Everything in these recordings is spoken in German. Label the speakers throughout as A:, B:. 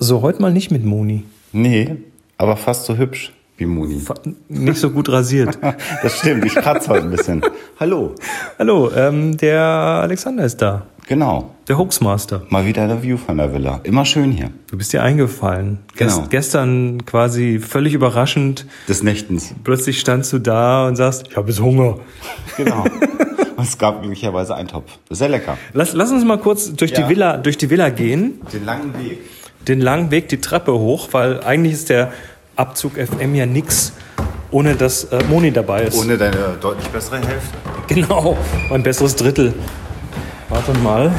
A: Also heute mal nicht mit Moni.
B: Nee, aber fast so hübsch wie Moni.
A: Fa- Nicht so gut rasiert.
B: Das stimmt, ich kratze heute ein bisschen. Hallo.
A: Hallo, ähm, der Alexander ist da.
B: Genau.
A: Der Hoaxmaster.
B: Mal wieder der View von der Villa. Immer schön hier.
A: Du bist dir eingefallen.
B: Genau.
A: gestern quasi völlig überraschend,
B: Des Nächtens.
A: plötzlich standst du da und sagst, ich habe jetzt Hunger.
B: Genau. Und es gab glücklicherweise einen Topf. Das ist sehr lecker.
A: Lass, lass uns mal kurz durch
B: Ja.
A: die Villa, durch die Villa gehen.
B: Den langen Weg.
A: den langen Weg die Treppe hoch, weil eigentlich ist der Abzug FM ja nix, ohne dass äh, Moni dabei ist.
B: Ohne deine deutlich bessere Hälfte.
A: Genau, ein besseres Drittel. Warte mal.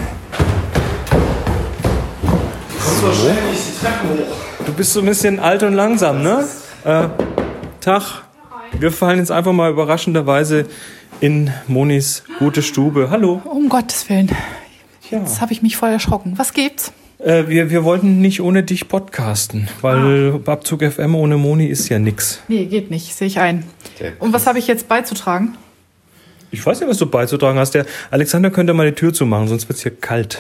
A: Du bist so ein bisschen alt und langsam, ne? Äh, Tag. Wir fallen jetzt einfach mal überraschenderweise in Monis gute Stube. Hallo.
C: Um Gottes Willen.
A: Ja.
C: Jetzt habe ich mich voll erschrocken. Was gibt's?
A: Äh, wir, wir wollten nicht ohne dich podcasten, weil Abzug FM ohne Moni ist ja nix.
C: Nee, geht nicht. Sehe ich ein.
B: Der
C: Und was habe ich jetzt beizutragen?
A: Ich weiß nicht, was du beizutragen hast. Der Alexander könnte mal die Tür zumachen, sonst wird's hier kalt.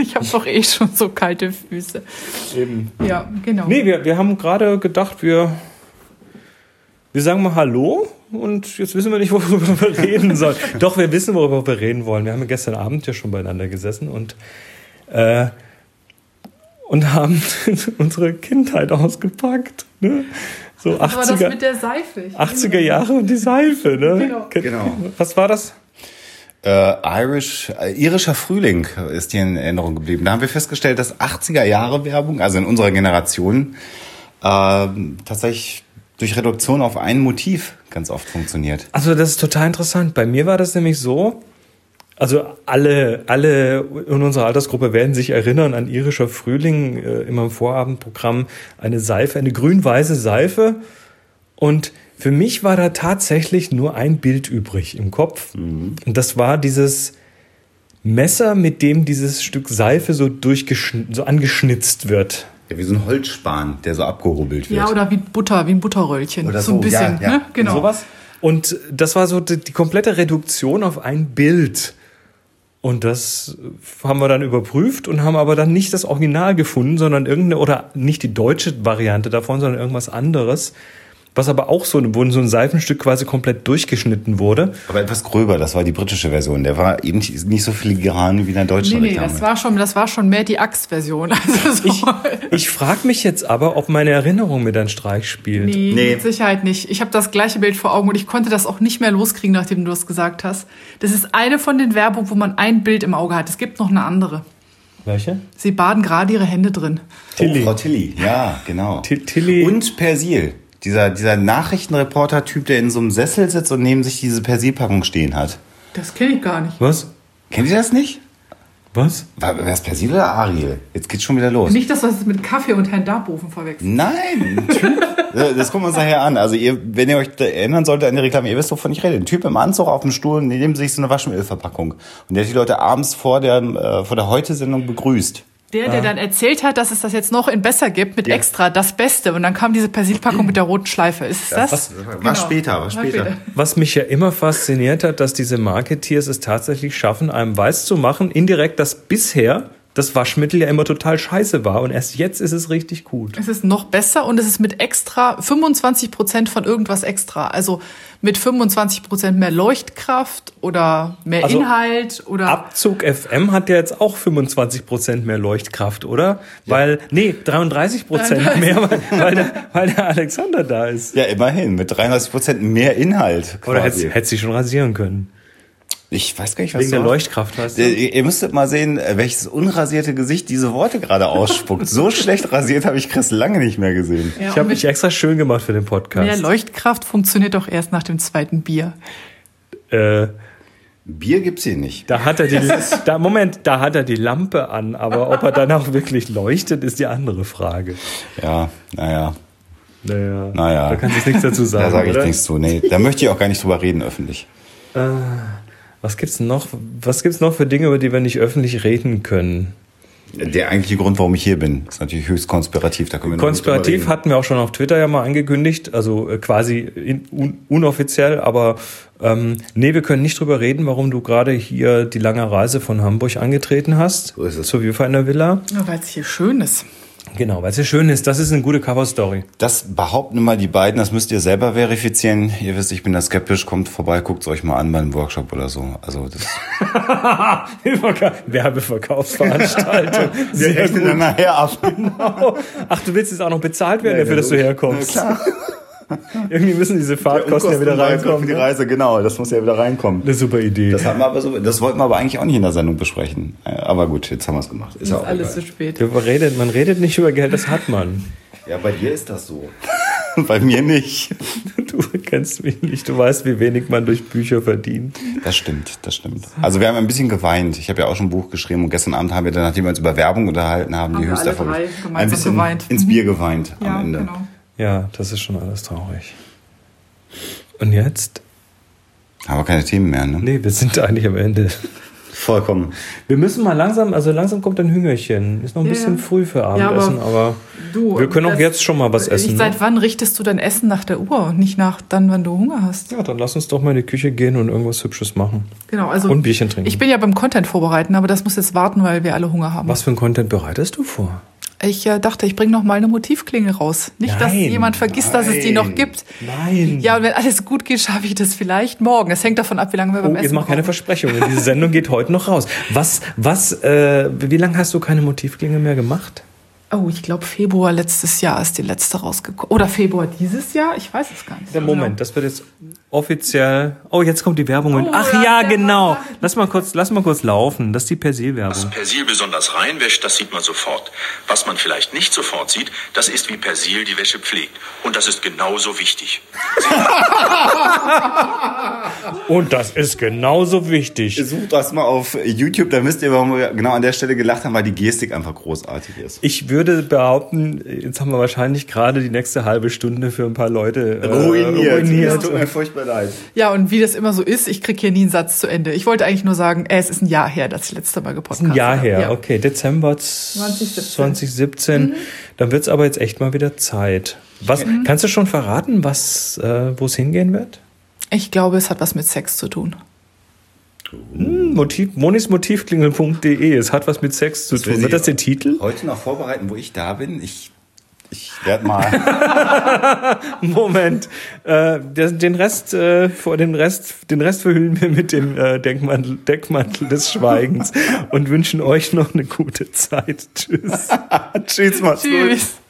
C: Ich habe doch eh schon so kalte Füße.
A: Eben.
C: Ja, genau.
A: Nee, wir, wir haben gerade gedacht, wir, wir sagen mal Hallo und jetzt wissen wir nicht, worüber wir reden sollen. Doch, wir wissen, worüber wir reden wollen. Wir haben ja gestern Abend ja schon beieinander gesessen und, äh, und haben unsere Kindheit ausgepackt. Ne? So
C: das war das
A: 80er,
C: mit der Seife. Ich-
A: 80er Jahre und die Seife. Ne?
B: Genau.
A: Was war das?
B: Äh, Irish, äh, irischer Frühling ist hier in Erinnerung geblieben. Da haben wir festgestellt, dass 80er Jahre Werbung, also in unserer Generation, ähm, tatsächlich durch Reduktion auf ein Motiv ganz oft funktioniert.
A: Also das ist total interessant. Bei mir war das nämlich so, also alle, alle in unserer Altersgruppe werden sich erinnern an irischer Frühling, äh, immer im Vorabendprogramm, eine Seife, eine grün-weiße Seife. Und für mich war da tatsächlich nur ein Bild übrig im Kopf. Und das war dieses Messer, mit dem dieses Stück Seife so, durchgeschn- so angeschnitzt wird.
B: Ja, wie so ein Holzspan, der so abgehobelt wird.
C: Ja, oder wie Butter, wie ein Butterröllchen.
B: Oder
C: so,
B: so,
C: ein bisschen.
B: ja, ja.
C: Ne? Genau.
A: sowas. Und das war so die, die komplette Reduktion auf ein Bild. Und das haben wir dann überprüft und haben aber dann nicht das Original gefunden, sondern irgendeine, oder nicht die deutsche Variante davon, sondern irgendwas anderes. Was aber auch so, ein- wo so ein Seifenstück quasi komplett durchgeschnitten wurde.
B: Aber etwas gröber, das war die britische Version. Der war eben nicht nicht so filigran wie in der
C: Nee,
B: deutschen
C: nee,
B: Reklame.
C: das war schon, das war schon mehr die Axt-Version. Also so.
A: Ich, ich frage mich jetzt aber, ob meine Erinnerung mir dann Streich spielt.
C: Nee,
B: Nee.
C: mit Sicherheit nicht. Ich habe das gleiche Bild vor Augen und ich konnte das auch nicht mehr loskriegen, nachdem du das gesagt hast. Das ist eine von den Werbungen, wo man ein Bild im Auge hat. Es gibt noch eine andere.
A: Welche?
C: Sie baden gerade ihre Hände drin.
A: Tilly.
B: Oh, Frau Tilly, ja, genau.
A: Til- Tilly.
B: Und Persil. Dieser, dieser Nachrichtenreporter-Typ, der in so einem Sessel sitzt und neben sich diese Persil-Packung stehen hat.
C: Das kenne ich gar nicht.
A: Was?
B: Kennt ihr das nicht?
A: Was?
B: War, wer ist Persil oder Ariel? Jetzt geht's schon wieder los.
C: Nicht, dass wir es mit Kaffee und Herrn Darbofen verwechseln.
B: Nein, ein Typ. Äh, Das gucken wir uns nachher an. Also ihr, wenn ihr euch da erinnern solltet an die Reklame, ihr wisst, wovon ich rede. Ein Typ im Anzug auf dem Stuhl, neben sich so eine Waschmittelverpackung. Und der hat die Leute abends vor der, äh, vor der Heute-Sendung begrüßt.
C: Der, der dann erzählt hat, dass es das jetzt noch in besser gibt mit extra das Beste. Und dann kam diese Persilpackung mit der roten Schleife. Ist es das?
B: war
C: Genau.
B: später, war später.
A: Was mich ja immer fasziniert hat, dass diese Marketeers es tatsächlich schaffen, einem weiß zu machen, indirekt, dass bisher das Waschmittel ja immer total scheiße war und erst jetzt ist es richtig gut.
C: Es ist noch besser und es ist mit extra 25% von irgendwas extra. Also mit 25% mehr Leuchtkraft oder mehr
A: Also
C: Inhalt oder.
A: Abzug FM hat ja jetzt auch 25% mehr Leuchtkraft, oder? Weil, nee, 33% mehr, weil, weil, der, weil der Alexander da ist.
B: Ja, immerhin, mit 33% mehr Inhalt. Quasi.
A: Oder hätte hätt sie schon rasieren können.
B: ich weiß gar nicht, was
A: Wegen
B: du
A: der
B: hast.
A: Leuchtkraft, weißt du?
B: Ihr ihr müsstet mal sehen, äh, welches unrasierte Gesicht diese Worte gerade ausspuckt. so schlecht rasiert habe ich Chris lange nicht mehr gesehen.
C: Ja,
A: Ich habe
C: und
A: mich extra schön gemacht für den
C: mit mehr
A: Podcast.
C: Leuchtkraft funktioniert doch erst nach dem zweiten Bier.
A: Äh,
B: Bier gibt's hier nicht.
A: Da hat er die, da, Moment, da hat er die Lampe an, aber ob er dann auch wirklich leuchtet, ist die andere Frage.
B: Ja, naja.
A: Naja,
B: Naja.
A: da kannst du jetzt nichts dazu sagen.
B: Da sage ich
A: oder?
B: nichts zu. Nee, da möchte ich auch gar nicht drüber reden öffentlich.
A: Was gibt's noch? Was gibt's noch für Dinge, über die wir nicht öffentlich reden können?
B: Der eigentliche Grund, warum ich hier bin, ist natürlich höchst konspirativ. Da können wir noch nicht drüber
A: Konspirativ
B: reden.
A: hatten wir auch schon auf Twitter ja mal angekündigt, also äh, quasi in, un, unoffiziell, aber ähm, nee, wir können nicht drüber reden, warum du gerade hier die lange Reise von Hamburg angetreten hast.
B: So ist es.
A: Zur Viewfinder Villa.
C: Nur weil es hier schön ist.
A: Genau, weil es ja schön ist. Das ist eine gute Cover-Story.
B: Das behaupten mal die beiden, das müsst ihr selber verifizieren. Ihr wisst, ich bin da skeptisch. Kommt vorbei, guckt es euch mal an beim Workshop oder so. Also das
A: Verka- Werbeverkaufsveranstaltung. Sehr
B: rechnen dann
A: gut.
B: nachher ab.
A: Genau. Ach, du willst jetzt auch noch bezahlt werden
B: Ja,
A: dafür, dass du
B: logisch.
A: herkommst. Irgendwie müssen diese Fahrtkosten ja wieder
B: Für
A: reinkommen.
B: die
A: ne?
B: Reise, genau, das muss ja wieder reinkommen.
A: Eine super Idee.
B: Das, haben wir aber so, das wollten wir aber eigentlich auch nicht in der Sendung besprechen. Äh, Aber gut, jetzt haben wir es gemacht. Ist, ja auch
C: alles
B: alles
C: zu spät.
A: Man redet, man redet nicht über Geld, das hat man.
B: Ja, bei dir ist das so. bei mir nicht.
A: Du kennst mich nicht, du weißt, wie wenig man durch Bücher verdient.
B: Das stimmt, das stimmt. Also wir haben ein bisschen geweint. Ich habe ja auch schon ein Buch geschrieben und gestern Abend haben wir dann, nachdem wir uns über Werbung unterhalten haben,
C: Haben
B: die
C: wir
B: höchste
C: alle
B: Folge-
C: drei
B: ein
C: gemeinsam
B: bisschen
C: geweint.
B: ins Bier geweint
C: Ja,
B: am Ende.
C: genau.
A: Ja, das ist schon alles traurig. Und jetzt?
B: Haben wir keine Themen mehr, ne?
A: Nee, wir sind eigentlich am Ende.
B: Vollkommen.
A: Wir müssen mal langsam, also langsam kommt ein Hüngerchen. Ist noch ein
C: Ja,
A: bisschen
C: ja.
A: früh für
C: aber
A: Abendessen, aber,
C: Du,
A: wir können auch
C: das-
A: jetzt schon mal was essen.
C: Ich,
A: Ne?
C: seit wann richtest du dein Essen nach der Uhr und nicht nach dann, wann du Hunger hast?
A: Ja, dann lass uns doch mal in die Küche gehen und irgendwas Hübsches machen.
C: Genau, also
A: Und Bierchen trinken.
C: ich bin ja beim Content vorbereiten, aber das muss jetzt warten, weil wir alle Hunger haben.
A: Was für ein Content bereitest du vor?
C: Ich äh, dachte, ich bringe noch mal eine Motivklinge raus. Nicht, dass
A: Nein,
C: jemand vergisst, dass es die noch
B: nein,
C: gibt.
A: Nein.
C: Ja, und wenn alles gut geht, schaffe ich das vielleicht morgen. Es hängt davon ab, wie lange wir beim
A: Oh, jetzt
C: Essen
A: mach keine
C: brauchen.
A: Versprechungen. Diese Sendung geht heute noch raus. Was, was, äh, wie lange hast du keine Motivklinge mehr gemacht?
C: Oh, ich glaube, Februar letztes Jahr ist die letzte rausgekommen. Oder Februar dieses Jahr? Ich weiß es gar nicht.
A: Der Moment, das wird jetzt offiziell. Oh, jetzt kommt die Werbung. mit.
C: Oh,
A: Ach
C: ja,
A: ja,
C: der
A: genau.
C: Mann.
A: Lass mal kurz, lass mal kurz laufen. Das ist die Persil-Werbung.
D: Was Persil besonders reinwäscht, das sieht man sofort. Was man vielleicht nicht sofort sieht, das ist, wie Persil die Wäsche pflegt. Und das ist genauso wichtig.
A: Und das ist genauso wichtig.
B: Sucht das mal auf YouTube, dann wisst ihr, warum wir genau an der Stelle gelacht haben, weil die Gestik einfach großartig ist.
A: Ich würde behaupten, jetzt haben wir wahrscheinlich gerade die nächste halbe Stunde für ein paar Leute äh,
B: Es tut mir furchtbar leid.
C: Ja, und wie das immer so ist, ich kriege hier nie einen Satz zu Ende. Ich wollte eigentlich nur sagen, äh, es ist ein Jahr her, dass ich letzte Mal gepodcastet
A: Ein
C: habe.
A: Jahr her,
C: Ja.
A: okay, Dezember
C: 2017.
A: 2017. Dann wird's aber jetzt echt mal wieder Zeit. Was kannst du schon verraten, was äh, wo es hingehen wird?
C: Ich glaube, es hat was mit Sex zu tun.
A: Hm, Motiv, monismotivklingel.de. Es hat was mit Sex zu tun.
B: will
A: Wird
B: sie-
A: das der Titel?
B: Heute noch vorbereiten, wo ich da bin, ich, ich werde mal.
A: Moment. Äh, der, den Rest äh, vor den Rest den Rest verhüllen wir mit dem äh, Denkmantel, Deckmantel des Schweigens und wünschen euch noch eine gute Zeit. Tschüss.
B: Tschüss, macht's gut.
C: Tschüss.